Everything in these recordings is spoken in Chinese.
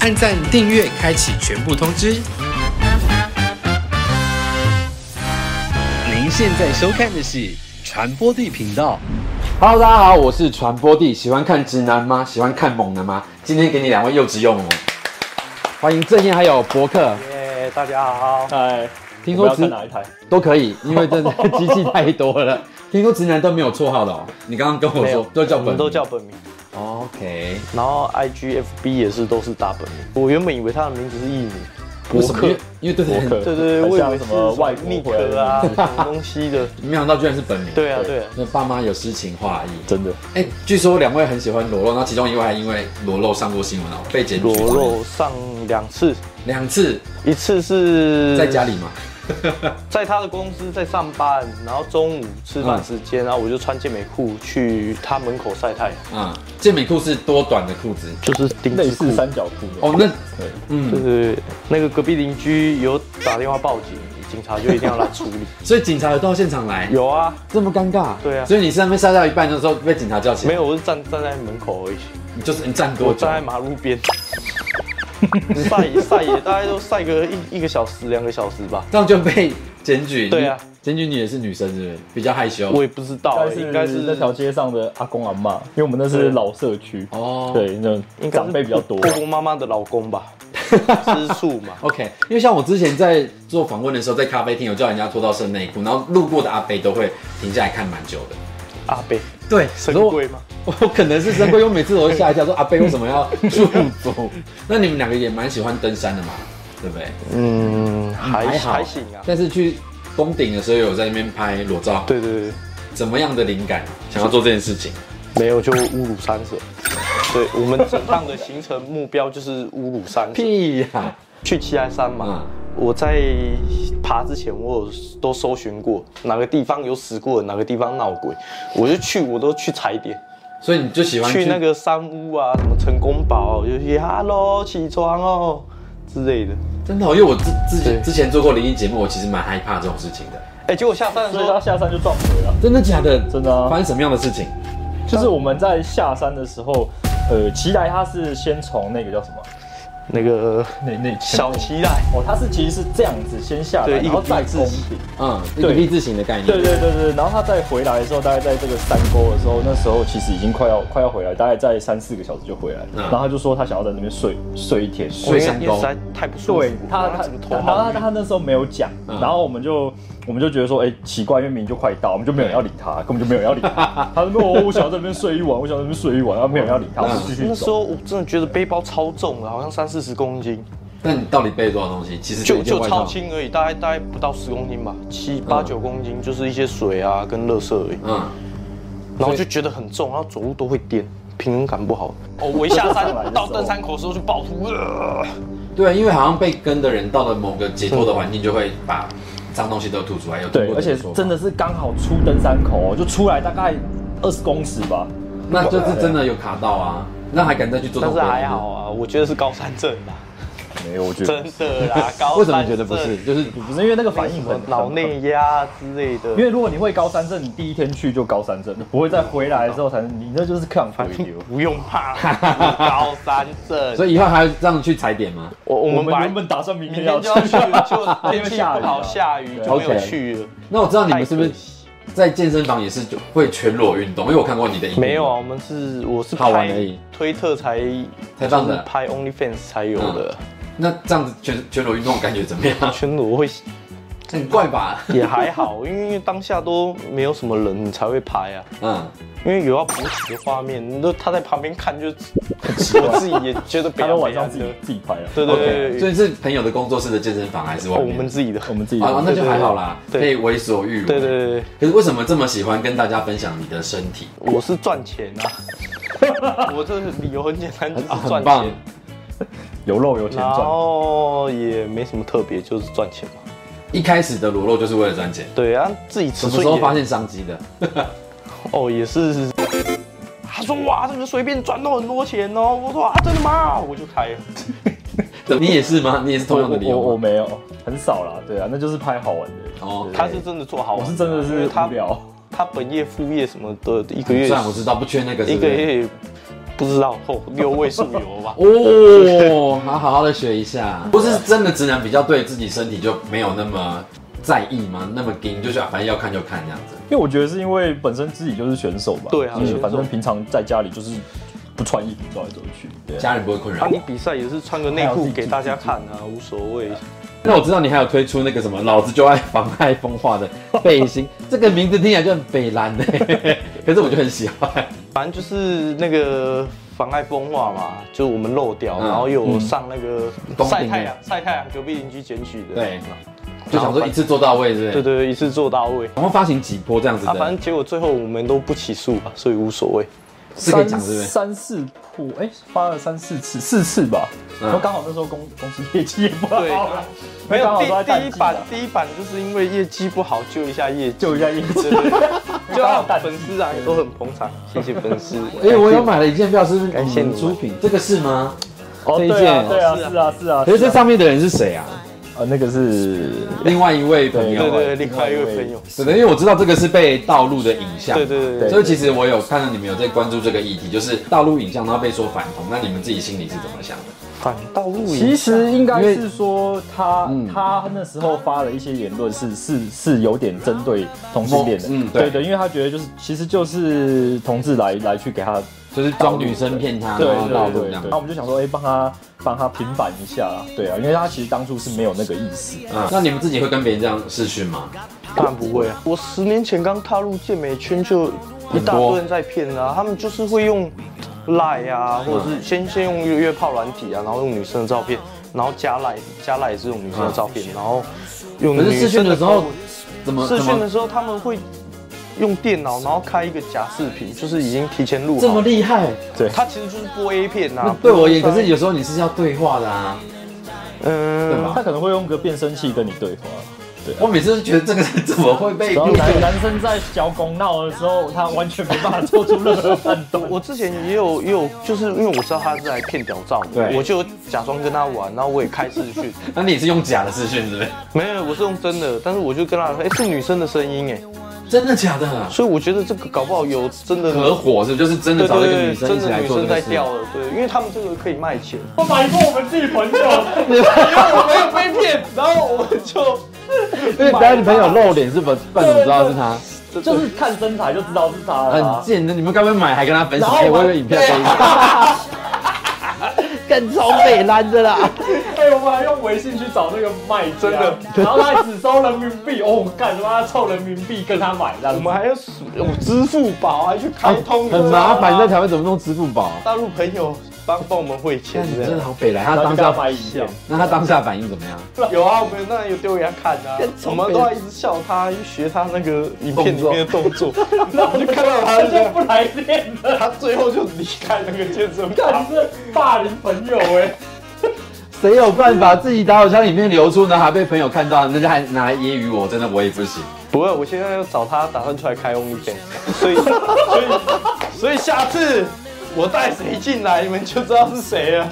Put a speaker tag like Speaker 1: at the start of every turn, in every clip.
Speaker 1: 按赞、订阅、开启全部通知。您现在收看的是传播地频道。Hello，大家好，我是传播地。喜欢看直男吗？喜欢看猛男吗？今天给你两位柚子用哦。欢迎郑燕还有博客，
Speaker 2: 耶大家好。
Speaker 3: 嗨，
Speaker 1: 听
Speaker 3: 我
Speaker 1: 说
Speaker 3: 不知
Speaker 1: 直
Speaker 3: 道看哪一台？
Speaker 1: 都可以，因为真的 机器太多了。听说直男都没有绰号的哦。你刚刚跟我
Speaker 2: 没有
Speaker 1: 说都叫
Speaker 2: 我
Speaker 1: 本名，哦
Speaker 2: 们都叫本名，
Speaker 1: OK。
Speaker 2: 然后 I G F B 也是都是打本名。我原本以为他的名字是艺名，
Speaker 1: 博客，因为对对
Speaker 3: 博
Speaker 1: 对，
Speaker 3: 客，
Speaker 2: 对对对，
Speaker 3: 很
Speaker 2: 我以
Speaker 3: 像
Speaker 2: 为是
Speaker 3: 什么外
Speaker 2: 密
Speaker 3: 国回来
Speaker 2: 克
Speaker 3: 的
Speaker 2: 啊，
Speaker 3: 名
Speaker 2: 什么东西 的。
Speaker 1: 没想到居然是本名。
Speaker 2: 对啊对啊，
Speaker 1: 那爸妈有诗情画意。
Speaker 3: 字，真的
Speaker 1: 哎、据说两位很喜欢裸露，然后其中一位还因为裸露上过新闻哦，被检举
Speaker 2: 裸露上两次，
Speaker 1: 两次，
Speaker 2: 一次是
Speaker 1: 在家，里嘛。
Speaker 2: 在他的公司在上班，然后中午吃饭时
Speaker 3: 嗯
Speaker 2: 间，然后我就穿健美裤去他门口晒太阳，
Speaker 1: 啊、健美裤是多短的裤子？
Speaker 2: 就是丁
Speaker 3: 类
Speaker 2: 字裤
Speaker 3: 似。三角裤的。
Speaker 1: 哦，那
Speaker 3: 对，
Speaker 2: 就
Speaker 1: 嗯，
Speaker 2: 是那个隔壁邻居有打电话报警，警察就一定要来处理。
Speaker 1: 所以警察有到现场来，
Speaker 2: 有啊，
Speaker 1: 这么尴尬？
Speaker 2: 对啊
Speaker 1: 所以你是在那边晒到一半的时候被警察叫起来，
Speaker 2: 没有，我是站站在门口而已，
Speaker 1: 你就是你站多
Speaker 2: 我
Speaker 1: 久
Speaker 2: 站？在马路边。 晒晒也大概都晒个一一个小时、两个小时吧，
Speaker 1: 这样就被检举。
Speaker 2: 对啊
Speaker 1: 你，检举你也是女生是不是？比较害羞。
Speaker 2: 我也不知道、欸，应
Speaker 3: 应
Speaker 2: 该
Speaker 3: 该是
Speaker 2: 是
Speaker 3: 那条街上的阿公阿嬷，因为我们那是老社区，
Speaker 1: 哦，
Speaker 3: 对，那
Speaker 2: 应该
Speaker 3: 种
Speaker 2: 是
Speaker 3: 长辈比较多。
Speaker 2: 婆婆妈妈的老公吧，吃醋嘛。
Speaker 1: OK，因为像我之前在做访问的时候，在咖啡厅有叫人家脱到剩内裤，然后路过的阿伯都会停下来看蛮久的。
Speaker 2: 阿贝，
Speaker 1: 对，
Speaker 2: 神
Speaker 1: 可是我
Speaker 2: 贵吗？
Speaker 1: 我可能是神龟，因为每次我都吓一跳，说阿贝为什么要驻足？ 那你们两个也蛮喜欢登山的嘛，对不对？
Speaker 2: 嗯，还
Speaker 1: 还好
Speaker 2: 还行啊。
Speaker 1: 但是去攻顶的时候有在那边拍裸照，，
Speaker 2: 对对对，
Speaker 1: 怎么样的灵感想要做这件事情？
Speaker 2: 没有就侮辱山水。对我们整趟的行程目标就是侮辱山水，
Speaker 1: 屁呀、
Speaker 2: 去七台山嘛。
Speaker 1: 嗯
Speaker 2: 我在爬之前，我有都搜寻过哪个地方有死过人，哪个地方闹鬼，我就去，我都去踩点，
Speaker 1: 所以你就喜欢去
Speaker 2: 去那个山屋啊，什么成功堡，就去 Hello 起床哦之类的。
Speaker 1: 真的哦、因为我之之前
Speaker 2: 对
Speaker 1: 之前做过灵异节目，我其实蛮害怕这种事情的。
Speaker 2: 哎、结果下山的时
Speaker 3: 所以他
Speaker 2: 候，
Speaker 3: 下山就撞鬼了。
Speaker 1: 真的假的？
Speaker 3: 真的啊
Speaker 1: 发生什么样的事情？
Speaker 3: 就是我们在下山的时候，呃，骑来他是先从那个叫什么？
Speaker 2: 那个
Speaker 3: 那那
Speaker 2: 小齐来，
Speaker 3: 哦，他是其实是这样子先下来，
Speaker 2: 对
Speaker 3: 然后再
Speaker 2: 一个 V 字
Speaker 3: 攻
Speaker 2: 形
Speaker 3: 顶。
Speaker 1: 嗯，一个
Speaker 3: 对
Speaker 1: V 字形的概念。
Speaker 3: 对对对对，然后他再回来的时候，大概在这个山沟的时候，那时候其实已经快要快要回来，大概在三四个小时就回来了。
Speaker 1: 嗯
Speaker 3: 然后他就说他想要在那边睡睡一天。
Speaker 1: 睡山
Speaker 2: 因为
Speaker 1: 沟
Speaker 2: 实在太不舒服
Speaker 3: 对
Speaker 2: 了，
Speaker 3: 他
Speaker 2: 他
Speaker 3: 他
Speaker 2: 整个头
Speaker 3: 然后
Speaker 2: 好
Speaker 3: 他他那时候没有讲，
Speaker 1: 嗯
Speaker 3: 然后我们就我们就觉得说，哎，奇怪，因为明明就快到，我们就没有人要理他，根本就没有人要理 他。他说哦，我想要在那边睡一晚，我想在那边睡一晚，然后没有人要理他，我们就继续
Speaker 2: 嗯那时
Speaker 3: 走。
Speaker 2: 候我真的觉得背包超重了，好像三四十公斤，
Speaker 1: 但你到底背了多少东西？其实
Speaker 2: 就
Speaker 1: 一件
Speaker 2: 就
Speaker 1: 外
Speaker 2: 超
Speaker 1: 套。
Speaker 2: 轻而已，大概大概不到十公斤吧，七八九公斤，就是一些水啊跟垃圾而已。
Speaker 1: 嗯，
Speaker 2: 然后就觉得很重，然后走路都会颠，平衡感不好。哦，我一下山 到登山口的时候就呃爆吐了，
Speaker 1: 对，啊因为好像被跟的人到了某个解脱的环境，就会把脏东西都吐出来。有听
Speaker 3: 对，
Speaker 1: 过
Speaker 3: 而
Speaker 1: 这
Speaker 3: 且
Speaker 1: 个说法
Speaker 3: 真的是刚好出登山口哦，就出来大概二十公尺吧。
Speaker 1: 那就是真的有卡到啊，那还敢再去做？
Speaker 2: 但是还好，啊，我觉得是高山症啦，
Speaker 3: 没有，我觉
Speaker 2: 真 的啦，高山症。
Speaker 1: 为什么觉得不是？就是
Speaker 3: 不是因为那个反
Speaker 2: 什
Speaker 3: 应
Speaker 2: 么
Speaker 3: 很
Speaker 2: 脑。
Speaker 3: 很
Speaker 2: 内压之类的
Speaker 3: 因？为如果你会高山症，你第一天去就高山症，不会再回来的时候才，你那就是抗回流。
Speaker 2: 不用怕， 高山症。
Speaker 1: 所以以后还要这样去踩点吗？
Speaker 2: 我我
Speaker 3: 我
Speaker 2: 们
Speaker 3: 们
Speaker 2: 把
Speaker 3: 原本打算明
Speaker 2: 明
Speaker 3: 天
Speaker 2: 天
Speaker 3: 要
Speaker 2: 就要
Speaker 3: 去
Speaker 2: 去，， 就
Speaker 3: 因
Speaker 2: 天
Speaker 3: 为
Speaker 2: 气
Speaker 3: 下雨
Speaker 2: 不
Speaker 3: 啊
Speaker 2: 好，下雨就没
Speaker 1: OK
Speaker 2: 有去 了。
Speaker 1: 那我知道你们是不是
Speaker 2: 太可惜
Speaker 1: 在健身房也是会全裸运动？因为我看过你的影片，
Speaker 2: 没有啊，我们是我是
Speaker 1: 好玩
Speaker 2: 拍
Speaker 1: 而已
Speaker 2: 推特才
Speaker 1: 才放的嗯
Speaker 2: 就是拍 OnlyFans 才有的，
Speaker 1: 那这样子全全裸运动感觉怎么样？
Speaker 2: 全裸会
Speaker 1: 很怪吧？
Speaker 2: 也还好，因为因为当下都没有什么人，你才会拍啊。
Speaker 1: 嗯，
Speaker 2: 因为有要补齐的画面，你都他在旁边看就，我自己也觉得不
Speaker 3: 他
Speaker 2: 要
Speaker 3: 都
Speaker 2: 不
Speaker 3: 晚
Speaker 2: 要
Speaker 3: 上自己
Speaker 2: 的。
Speaker 3: 自己拍了。
Speaker 2: 对对
Speaker 1: OK，所
Speaker 2: 对对，
Speaker 1: 以是朋友的工作室的健身房还是外
Speaker 2: 哦
Speaker 1: 面？
Speaker 2: 我们自己的，
Speaker 3: 我们自己
Speaker 1: 啊，那就还好啦，
Speaker 2: 对
Speaker 1: 可以为所欲为。
Speaker 2: 对对对对，
Speaker 1: 可是为什么这么喜欢跟大家分享你的身体？
Speaker 2: 我是赚钱 啊。我这理由很简单，就
Speaker 1: 啊
Speaker 2: 是
Speaker 1: 很
Speaker 2: 赚
Speaker 1: 棒
Speaker 2: 钱，
Speaker 3: 有肉有钱
Speaker 2: 然
Speaker 3: 赚。
Speaker 2: 后也没什么特别，就是赚钱嘛。
Speaker 1: 一开始的裸露就是为了赚钱，
Speaker 2: 对啊，自己
Speaker 1: 什
Speaker 2: 尺
Speaker 1: 么
Speaker 2: 寸
Speaker 1: 时候
Speaker 2: 也
Speaker 1: 发现商机的？
Speaker 2: 哦，也是。他说哇，这个随便赚到很多钱哦。我说啊，真的吗？我就开了。
Speaker 1: 你也是吗？你也是同
Speaker 3: 我
Speaker 1: 样的理由
Speaker 3: 我我
Speaker 1: 吗？
Speaker 3: 没有，很少啦。对啊，那就是拍好玩的。
Speaker 1: 哦
Speaker 3: 哦，
Speaker 2: 他是真的做好
Speaker 3: 我
Speaker 2: 玩，
Speaker 3: 是真的是
Speaker 2: 他
Speaker 3: 无聊。
Speaker 2: 他本业副业什么的，一个月
Speaker 1: 虽然我知道不缺那个，
Speaker 2: 一
Speaker 1: 是不
Speaker 2: 个
Speaker 1: 是？？
Speaker 2: 月不知道哦，六位数有了吧
Speaker 1: 哦，好好好的学一 下。
Speaker 2: 啊
Speaker 1: 不是真的直男比较对自己身体就没有那么在意吗？那么盯，就是啊反正要看就看这样子。
Speaker 3: 因为我觉得是因为本身自己就是选手吧，
Speaker 2: 对啊
Speaker 3: 就是
Speaker 2: 选手
Speaker 3: 反正平常在家里就是不穿衣服走来走去，对啊
Speaker 1: 家人不会困
Speaker 2: 啊
Speaker 1: 扰，
Speaker 2: 你。比赛也是穿个内裤给大家看啊，无所谓。
Speaker 1: 那我知道你还有推出那个什么“老子就爱妨碍风化”的背 心，这个名字听起来就很北蓝的，欸可是我就很喜欢。
Speaker 2: 反正就是那个妨碍风化嘛，就是我们漏掉，
Speaker 1: 嗯
Speaker 2: 然后又有上那个
Speaker 1: 公
Speaker 2: 晒
Speaker 1: 平
Speaker 2: 太
Speaker 1: 的
Speaker 2: 阳，晒太阳隔壁邻居检举的。
Speaker 1: 对就想说一次做到位，是不
Speaker 2: 对
Speaker 1: 是？
Speaker 2: 对对，一次做到位。
Speaker 1: 然后发行几波这样子
Speaker 2: 啊，反
Speaker 1: 的，
Speaker 2: 正结果最后我们都不起诉吧，所以无所谓。
Speaker 1: 是可以讲，是不是？
Speaker 3: 三四铺，哎、发了三四次，四次吧。
Speaker 1: 嗯
Speaker 3: 然后刚好那时候公公司业绩也不好，啊
Speaker 2: 对没
Speaker 3: 没有
Speaker 2: 有
Speaker 3: 第
Speaker 2: 第
Speaker 3: 第
Speaker 2: 第
Speaker 3: 一
Speaker 2: 一
Speaker 3: 版
Speaker 2: 版，第一版就是因为业绩不好救一下业绩，
Speaker 3: 救一下业绩。
Speaker 2: 对对 对，就
Speaker 3: 刚好
Speaker 2: 让
Speaker 3: 淡季
Speaker 2: 粉丝啊也都很捧场，谢谢粉 丝。
Speaker 1: 哎、我有买了一件，不知道是不是
Speaker 2: 感谢
Speaker 1: 你
Speaker 2: 你
Speaker 1: 们出品，这个是吗？
Speaker 3: 哦，
Speaker 1: 这一
Speaker 3: 对啊，
Speaker 1: 件
Speaker 3: 对啊，
Speaker 2: 是啊
Speaker 3: 是啊，是啊。
Speaker 1: 可是这
Speaker 3: 啊
Speaker 1: 上面的人是谁啊？
Speaker 3: 呃那个是
Speaker 1: 另外一位朋友、
Speaker 2: 对对，对
Speaker 1: 欸，
Speaker 2: 另外一位朋友，
Speaker 1: 对对，因为我知道这个是被盗录的影像，
Speaker 2: 对对对
Speaker 1: 所
Speaker 2: 对，
Speaker 1: 以其实我有看到你们有在关注这个议题，就是盗录影像，然后被说反同，那你们自己心里是怎么想的？
Speaker 2: 反倒露营。
Speaker 3: 其实应该
Speaker 1: 因为
Speaker 3: 是说他
Speaker 1: 嗯
Speaker 3: 他那时候发了一些言论是是是有点针对同性恋的，
Speaker 1: 嗯对
Speaker 3: 对对，因为他觉得就是其实就是同志来来去给他
Speaker 1: 就是装女生骗他，
Speaker 3: 对
Speaker 1: 然后盗
Speaker 3: 对
Speaker 1: 录这
Speaker 3: 对
Speaker 1: 样
Speaker 3: 对，。那我们就想说，哎，帮他帮他平反一下，对啊，因为他其实当初是没有那个意思，
Speaker 1: 嗯，那你们自己会跟别人这样试训吗？
Speaker 2: 当然不会啊！我十年前刚踏入健美圈，就一大堆人在骗啊，他们就是会用赖啊，或者是先先用约约炮软体啊，然后用女生的照片，然后加赖加赖也是用女生的照片，然后用
Speaker 1: 可是
Speaker 2: 女
Speaker 1: 试训
Speaker 2: 生
Speaker 1: 的时
Speaker 2: 照
Speaker 1: 候
Speaker 2: 片，
Speaker 1: 怎么
Speaker 2: 试
Speaker 1: 怎
Speaker 2: 训的
Speaker 1: 么
Speaker 2: 时候他们会用电脑，然后开一个假视频，就是已经提前录
Speaker 1: 这么
Speaker 2: 好。
Speaker 1: 厉害？
Speaker 3: 对，啊
Speaker 2: 他其实就是播 A 片
Speaker 1: 那
Speaker 2: 啊呐、
Speaker 1: 对我而言，
Speaker 2: 播
Speaker 1: 可
Speaker 2: 出来
Speaker 1: 是有时候你是要对话的啊。对
Speaker 2: 嗯
Speaker 1: 吧，
Speaker 3: 他可能会用个变声器跟你对话， 对啊。
Speaker 1: 我每次都觉得这个人 怎么会被
Speaker 3: 然
Speaker 1: 录
Speaker 3: 后
Speaker 1: 的？
Speaker 3: 男男生在小拱闹的时候，他完全没办法做出任何判 断。
Speaker 2: 我之前也有也有，就是因为我知道他是来骗屌照的，
Speaker 1: 对
Speaker 2: 我就假装跟他玩，然后我也开视讯，
Speaker 1: 那你是用假的试训是不是？
Speaker 2: 没有，我是用真的，但是我就跟他说，哎、是女生的声音哎，
Speaker 1: 真的假的？
Speaker 2: 所以我觉得这个搞不好有真的
Speaker 1: 合伙是不是就是真的
Speaker 2: 对
Speaker 1: 找一
Speaker 2: 对
Speaker 1: 个女生
Speaker 2: 对，
Speaker 1: 一
Speaker 2: 真
Speaker 1: 起
Speaker 2: 的
Speaker 1: 来
Speaker 2: 女
Speaker 1: 做
Speaker 2: 生
Speaker 1: 这个
Speaker 2: 在
Speaker 1: 事情
Speaker 2: 掉？了，对，因为他们这个可以卖钱，
Speaker 3: 我买过我们自己朋友，
Speaker 2: 我没有被骗，然后我就
Speaker 1: 因为等下你朋友露脸是不不怎么知道是他？
Speaker 3: 就是看身材就知道是他了啊
Speaker 1: 很贱的，你们该不会买还跟他分享？
Speaker 3: 然后
Speaker 1: 哎，
Speaker 3: 我
Speaker 1: 我有影片给你。
Speaker 4: 更超北蓝的啦。
Speaker 3: 对，我们还用微信去找那个卖家，
Speaker 2: 真的
Speaker 3: 然后他还只收人民币，哦，干什么？他凑人民币跟他买，这样
Speaker 2: 我
Speaker 3: 子
Speaker 2: 们还要有支付宝，还去开通，啊
Speaker 1: 很麻烦，在
Speaker 2: 的，
Speaker 1: 台湾怎么弄支付宝？
Speaker 2: 大陆朋友帮帮我们汇
Speaker 1: 那
Speaker 2: 钱
Speaker 1: 你
Speaker 2: 这
Speaker 1: 真的
Speaker 2: 样，
Speaker 1: 好北来，他
Speaker 3: 然后
Speaker 1: 当
Speaker 3: 就跟 他买
Speaker 1: 下，
Speaker 3: 影片。
Speaker 1: 那他当下反应怎么样？
Speaker 2: 有啊，我们那有丢给他看啊，我们都要一直笑他，学他那个影片里面的动作， 那我就看到他就
Speaker 3: 他
Speaker 2: 这
Speaker 3: 就
Speaker 2: 样，
Speaker 3: 不来练了，
Speaker 2: 他最后就离开那个健身
Speaker 3: 干
Speaker 2: 房
Speaker 3: 你。是霸凌朋友哎、
Speaker 1: 谁有办法自己打火枪里面流出呢？还被朋友看到，人家还拿来揶揄我，真的我也不行。
Speaker 2: 不会，我现在要找他，打算出来开 OnlyFans，所以 所以所以下次我带谁进来，你们就知道是谁了。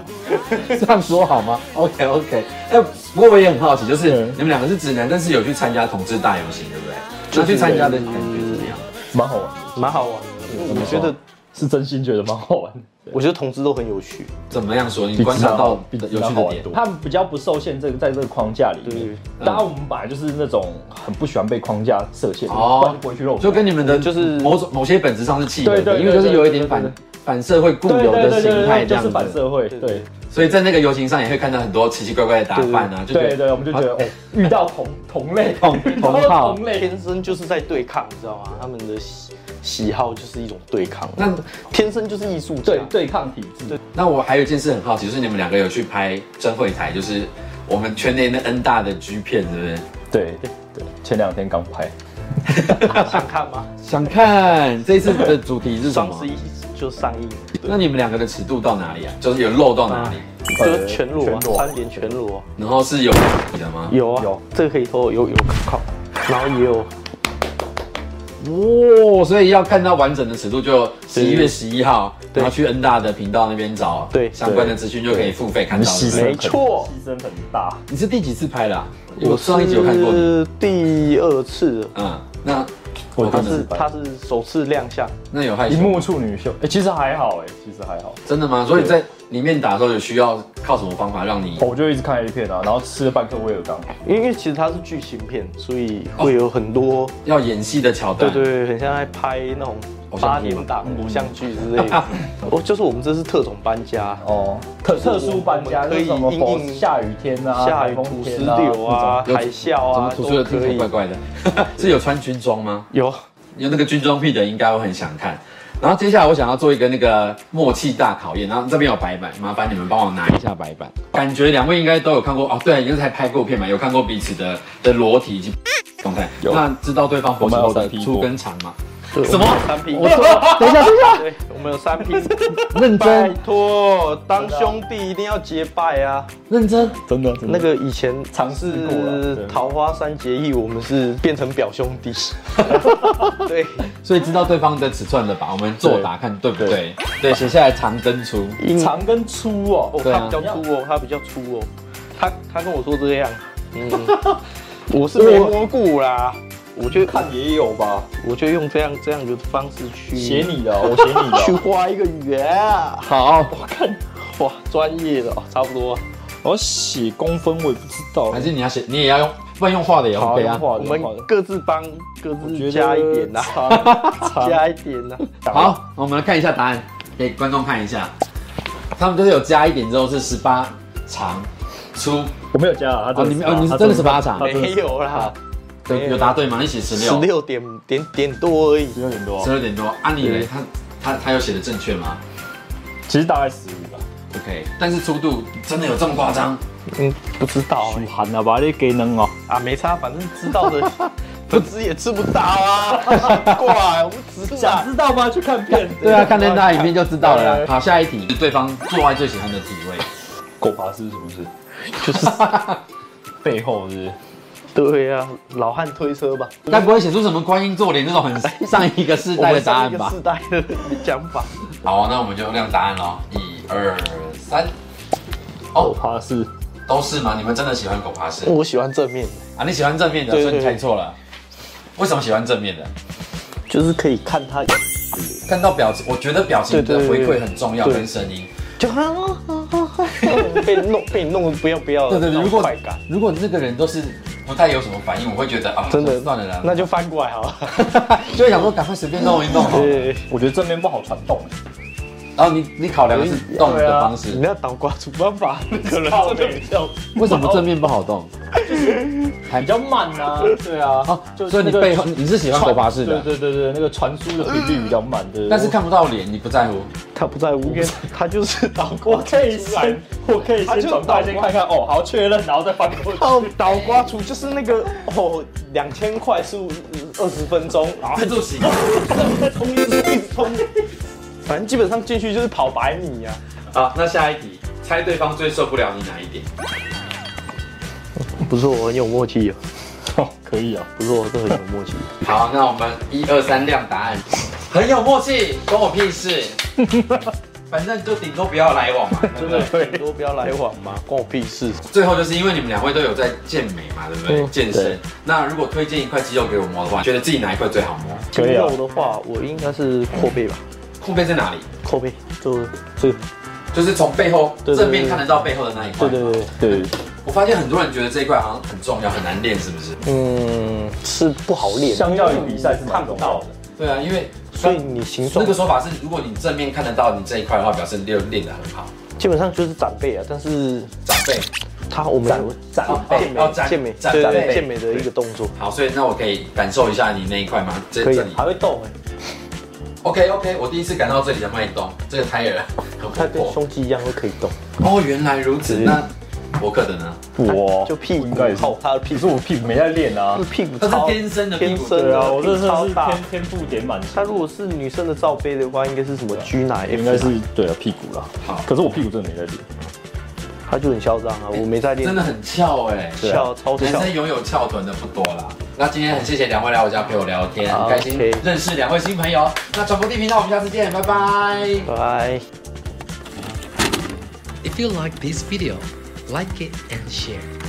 Speaker 1: 这样说好 吗？OK OK。哎，不过我也很好奇，就是你们两个是直男，但是有去参加同志大游行，对不对？那去参加的感觉怎么样？
Speaker 3: 蛮好玩的，
Speaker 2: 蛮好玩的，我觉得
Speaker 3: 是真心觉得蛮好玩的。
Speaker 2: 我觉得同志都很有趣，
Speaker 1: 怎么样说？你观察到
Speaker 3: 比
Speaker 1: 有趣的点？
Speaker 3: 他们比较不受限这个在这个框架里面
Speaker 2: 对。
Speaker 3: 当然，我们本来就是那种很不喜欢被框架设限的，
Speaker 1: 哦
Speaker 3: 不然就不会去肉体
Speaker 1: 就跟你们的
Speaker 2: 就是
Speaker 1: 某种某些本质上是契合
Speaker 3: 对
Speaker 1: 的，
Speaker 3: 对
Speaker 1: 因为就是有一点
Speaker 3: 对对对
Speaker 1: 反反社会固有的形态这
Speaker 3: 就
Speaker 1: 样
Speaker 3: 是反
Speaker 1: 子，
Speaker 3: 社会，
Speaker 2: 对
Speaker 3: 对。
Speaker 1: 所以在那个游行上也会看到很多奇奇怪怪的打扮啊，就觉
Speaker 3: 对
Speaker 1: 得
Speaker 3: 对，我们就觉得哦，遇到同同类
Speaker 1: 同
Speaker 3: 遇到
Speaker 1: 同好
Speaker 3: 同类，
Speaker 2: 天生就是在对抗，你知道吗？他们的喜喜好就是一种对抗，那
Speaker 1: 那
Speaker 2: 天生就是艺术家
Speaker 3: 对。对抗体制
Speaker 2: 对。
Speaker 1: 那我还有一件事很好奇，就是你们两个有去拍真会台，就是我们圈内那 N 大的 G 片，是不是？
Speaker 3: 对对，前两天刚拍，
Speaker 2: 想看吗？
Speaker 1: 想看这次的主题是 什
Speaker 2: 双
Speaker 1: 么
Speaker 2: 十？一就上映，
Speaker 1: 那你们两个的尺度到哪里啊？就是有露到哪里？
Speaker 2: 就是全裸啊
Speaker 3: 全，裸
Speaker 2: 三点全裸啊。
Speaker 1: 然后是有你的吗？
Speaker 2: 有啊，
Speaker 3: 有
Speaker 2: 这个可以偷，有有靠，然后也有
Speaker 1: 哦，所以要看到完整的尺度，就十一月
Speaker 2: 对
Speaker 1: 十一号，
Speaker 2: 对
Speaker 1: 然后去 N 大的频道那边找
Speaker 2: 对
Speaker 1: 相关的资讯，就可以付费看
Speaker 3: 你
Speaker 1: 到。是不
Speaker 3: 牺
Speaker 1: 是
Speaker 3: 牲
Speaker 2: 没
Speaker 3: 很，
Speaker 2: 错
Speaker 3: 牺牲很大。
Speaker 1: 你是第几次拍的、啊？我上一集有看过你。
Speaker 2: 是第二次了，
Speaker 1: 嗯，那
Speaker 3: 我
Speaker 2: 他
Speaker 3: 真的
Speaker 2: 是
Speaker 3: 白
Speaker 2: 他是首次亮相，
Speaker 1: 那有害羞
Speaker 3: 荧
Speaker 1: 吗
Speaker 3: 幕处女秀，哎、其实还好、哎，其实还好。
Speaker 1: 真的吗？所以在里面打的时候有需要靠什么方法让你
Speaker 2: 哦
Speaker 3: 我就一直看 A 片啊，然后吃了半颗威尔刚，
Speaker 2: 因为其实它是剧情片，所以会有很多、
Speaker 1: 要演戏的桥
Speaker 2: 对
Speaker 1: 段？
Speaker 2: 对对，很像在拍那种
Speaker 1: 偶像
Speaker 2: 八
Speaker 1: 剧吗嗯
Speaker 2: 点档偶像剧之类 的。哦，就是我们这是特种搬家，
Speaker 3: 哦，特特殊搬家
Speaker 2: 我们
Speaker 3: 就
Speaker 2: 可以
Speaker 3: 是什么
Speaker 2: 因
Speaker 3: 否
Speaker 2: 应
Speaker 3: 下雨天啊，
Speaker 2: 下
Speaker 3: 台
Speaker 2: 雨、
Speaker 3: 风
Speaker 2: 土石
Speaker 3: 天啊
Speaker 2: 流啊、
Speaker 1: 那种
Speaker 2: 海啸
Speaker 1: 怎么
Speaker 2: 啊
Speaker 1: 吐出的
Speaker 2: 都
Speaker 1: 听起
Speaker 2: 可
Speaker 1: 来
Speaker 2: 以
Speaker 1: 怪。怪的？ 是有穿军装吗？
Speaker 2: 有，
Speaker 1: 有那个军装癖的应该会很想看。然后接下来我想要做一个那个默契大考验，然后这边有白板，麻烦你们帮我拿一下白板。感觉两位应该都有看过哦，对，你刚才拍过片嘛，有看过彼此的的裸体以及动态，
Speaker 3: 有
Speaker 1: 那知道对方脖子
Speaker 3: 我们有
Speaker 1: 的
Speaker 3: 三 P
Speaker 1: 粗
Speaker 3: 过
Speaker 1: 跟长吗？
Speaker 2: 对
Speaker 1: 什么
Speaker 2: 我们有三
Speaker 3: 我
Speaker 2: 批？
Speaker 3: 说，等一下，等一下，
Speaker 2: 对，我们有三批。
Speaker 3: 认
Speaker 2: 拜
Speaker 3: 真，
Speaker 2: 托，当兄弟一定要结拜啊！
Speaker 1: 认真，
Speaker 3: 真的，真的
Speaker 2: 那个以前
Speaker 3: 尝试过了
Speaker 2: 是
Speaker 3: 对
Speaker 2: 桃花三结义，我们是变成表兄 弟。对，
Speaker 1: 所以知道对方的尺寸了吧？我们作答看对不对？对，写下来长跟粗，
Speaker 2: 因
Speaker 3: 长跟粗哦
Speaker 2: 哦，，
Speaker 1: 对
Speaker 2: 他
Speaker 1: 啊
Speaker 2: 比较粗哦，他比较粗哦，他他跟我说这样，嗯， 我是没摸过啦，我就
Speaker 3: 看也有吧，
Speaker 2: 我就用这样这样的方式去
Speaker 3: 写你的哦，我写 你的
Speaker 2: 去
Speaker 3: 哦，
Speaker 2: 画一个圆啊，
Speaker 1: 好，
Speaker 2: 哇，专业的哦，差不多。
Speaker 3: 我要写公分我也不知道
Speaker 1: 还，是你要写，你也要用，不然用画的也 OK 啊。
Speaker 3: 我
Speaker 2: 我们各自帮各自加一点呐、
Speaker 3: 啊
Speaker 2: 加一点呐、
Speaker 3: 好，
Speaker 1: 好，那我们来看一下答案，给观众看一下。他们就是有加一点之后是十八长粗，
Speaker 3: 我没有加啊，他
Speaker 1: 哦，
Speaker 3: 真
Speaker 1: 你
Speaker 3: 的
Speaker 1: 们哦，
Speaker 3: 是
Speaker 1: 你是
Speaker 3: 他
Speaker 1: 真的
Speaker 3: 是
Speaker 1: 十八长，
Speaker 3: 他真的
Speaker 2: 没
Speaker 3: 是
Speaker 2: 有啦，
Speaker 1: 有有答对吗？一起十
Speaker 2: 十
Speaker 1: 六，
Speaker 2: 六点点点多而已。
Speaker 3: 十六点多
Speaker 1: 十，六点多。啊，你嘞
Speaker 3: 对
Speaker 1: 他他他有写的正确吗
Speaker 3: 其实大概十五吧。
Speaker 1: ？OK，但是粗度真的有这么夸张？
Speaker 2: 嗯，不知道欸、
Speaker 3: 嘘寒了吧，你给能哦。
Speaker 2: 啊，没差，反正知道的，不知也吃不到啊，奇怪，我们知啊道
Speaker 3: 想。知道吗？去看片。
Speaker 1: 对啊，看那大影片就知道了
Speaker 3: 对
Speaker 1: 啦。好，下一题，对方做爱最喜欢的体位。
Speaker 3: 狗爬是什么 事？
Speaker 2: 就是
Speaker 3: 背后是不是
Speaker 2: 对啊，老汉推车吧，
Speaker 1: 该不会写出什么观音坐莲那种很上一个世代的答案吧
Speaker 2: 世？代的讲法，
Speaker 1: 好，那我们就亮答案喽，一二三，哦
Speaker 3: 狗爬是
Speaker 1: 都是吗？你们真的喜欢狗爬
Speaker 3: 哦
Speaker 1: 式？
Speaker 2: 我喜欢正面的，
Speaker 1: 啊，你喜欢正面的，
Speaker 2: 对
Speaker 1: 所
Speaker 2: 对
Speaker 1: 以你
Speaker 2: 对
Speaker 1: 猜错了。为什么喜欢正面的？
Speaker 2: 就是可以看他，
Speaker 1: 看到表情，我觉得表情的
Speaker 2: 对对
Speaker 1: 回
Speaker 2: 对对
Speaker 1: 馈很重要，
Speaker 2: 对
Speaker 1: 跟声音。
Speaker 2: 就啊啊啊啊 被弄被你弄得不要不要
Speaker 1: 对
Speaker 2: 的
Speaker 1: 对对，
Speaker 3: 哦
Speaker 2: 那
Speaker 1: 如
Speaker 2: 种
Speaker 1: 果
Speaker 2: 快感，
Speaker 1: 如果那个人都是不太有什么反应，我会觉得啊，
Speaker 2: 真的
Speaker 1: 算了啦，
Speaker 2: 那就翻过来好了。
Speaker 1: 就会想说赶快随便弄一 弄好了。
Speaker 2: 对，
Speaker 3: 我觉得正面不好传动。
Speaker 1: 然后你你考量的是动的方
Speaker 2: 你
Speaker 3: 啊
Speaker 1: 式，
Speaker 2: 那倒挂主办法，可能
Speaker 3: 靠
Speaker 2: 真的
Speaker 3: 背
Speaker 2: 比较
Speaker 1: 为什么正面不好动？
Speaker 3: 比较慢啊，对啊，
Speaker 1: 哦，
Speaker 3: 就是
Speaker 1: 所以你
Speaker 3: 那个
Speaker 1: 背后你是喜欢
Speaker 3: 传
Speaker 1: 狗爬式的，
Speaker 3: 对对对对，那个传输的频率比较慢，对。
Speaker 1: 但是看不到脸，你不在乎。
Speaker 2: 他不在乎，因为他就是倒
Speaker 3: 我
Speaker 2: 挂
Speaker 3: 可以
Speaker 2: 出来
Speaker 3: 先，我可以
Speaker 2: 他
Speaker 3: 先
Speaker 2: 就
Speaker 3: 转过来先看看，哦，好确认，然后再翻过去。
Speaker 2: 哦，倒瓜厨就是那个哦，两千块速二十分钟，然后
Speaker 1: 啊自助型，
Speaker 2: 再冲一直冲一直冲，反正基本上进去就是跑百米啊呀、
Speaker 1: 好，那下一题，猜对方最受不了你哪一点？
Speaker 2: 不错，我很有默契哦，
Speaker 3: 哦，可以啊，
Speaker 2: 不错，这很有默契。
Speaker 1: 好，那我们一二三亮答案，很有默契，关我屁 事。反正就顶多不要来往嘛， 真
Speaker 2: 真
Speaker 1: 的
Speaker 2: 的。
Speaker 3: 对
Speaker 2: 很多不要来往嘛，关我屁事。
Speaker 1: 最后就是因为你们两位都有在健美嘛，对不对？
Speaker 2: 嗯
Speaker 1: 健身
Speaker 3: 对。
Speaker 1: 那如果推荐一块肌肉给我摸的话，觉得自己哪一块最好摸？
Speaker 3: 可以啊
Speaker 2: 肉的话，我应该是后背吧，
Speaker 1: 后背在哪里？
Speaker 2: 后背就这个，
Speaker 1: 就是从背后
Speaker 2: 对对对
Speaker 1: 正面看得到背后的那一块。
Speaker 2: 对对对，
Speaker 3: 对，
Speaker 1: 我发现很多人觉得这一块好像很重要，很难练，是不是？
Speaker 2: 嗯，是不好练，
Speaker 3: 相较于比赛是看不到的。
Speaker 1: 对啊，因为
Speaker 2: 所以你形
Speaker 1: 那
Speaker 2: 状
Speaker 1: 个说法是，如果你正面看得到你这一块的话，表示练练得很好。
Speaker 2: 基本上就是展背啊，但是
Speaker 1: 长辈，
Speaker 2: 它我们有展
Speaker 1: 哦
Speaker 2: 健
Speaker 1: 哦
Speaker 2: 美
Speaker 1: 展
Speaker 2: 健美
Speaker 1: 展
Speaker 2: 对对
Speaker 1: 背
Speaker 2: 对健美的一个动作，
Speaker 1: 好，所以那我可以感受一下你那一块吗？这
Speaker 2: 可以
Speaker 1: 这
Speaker 2: 啊
Speaker 1: 里。
Speaker 2: 还会动哎。
Speaker 1: OK OK，我第一次感到这里的脉动，这个胎儿很
Speaker 2: 它
Speaker 1: 活
Speaker 2: 跟
Speaker 1: 泼。
Speaker 2: 胸嗯肌一样都可以动，
Speaker 1: 哦，原来如此。那博客的呢？
Speaker 3: 我
Speaker 2: 就屁股
Speaker 3: 应该也是
Speaker 2: 靠，它的
Speaker 3: 可
Speaker 2: 屁
Speaker 3: 是
Speaker 2: 股，
Speaker 3: 我屁股没在练啊
Speaker 2: 它的。屁股
Speaker 1: 它
Speaker 2: 超
Speaker 1: 是天生的屁
Speaker 2: 天
Speaker 1: 股。
Speaker 2: 生
Speaker 3: 对啊，我这
Speaker 2: 屁股超
Speaker 3: 是
Speaker 2: 大
Speaker 3: 天。天赋点满
Speaker 2: 它如果是女生的罩杯的话，应该是什么 G 奶 F，
Speaker 3: 应该是对啊屁股啦。
Speaker 1: 好
Speaker 3: 可是我屁股真的没在练。
Speaker 2: 它就很嚣张啊，我没在练
Speaker 1: 真，的很翘哎、
Speaker 3: 对啊
Speaker 2: 翘超
Speaker 1: 男
Speaker 2: 哦翘，
Speaker 1: 生拥有翘臀的不多啦。那今天很谢谢两位来我家陪我聊天，很
Speaker 2: 好
Speaker 1: 开心
Speaker 2: OK
Speaker 1: 认识两位新朋友。那传播地频道，我们下次见，拜拜。
Speaker 2: 拜。
Speaker 4: If you like this video, like it and share.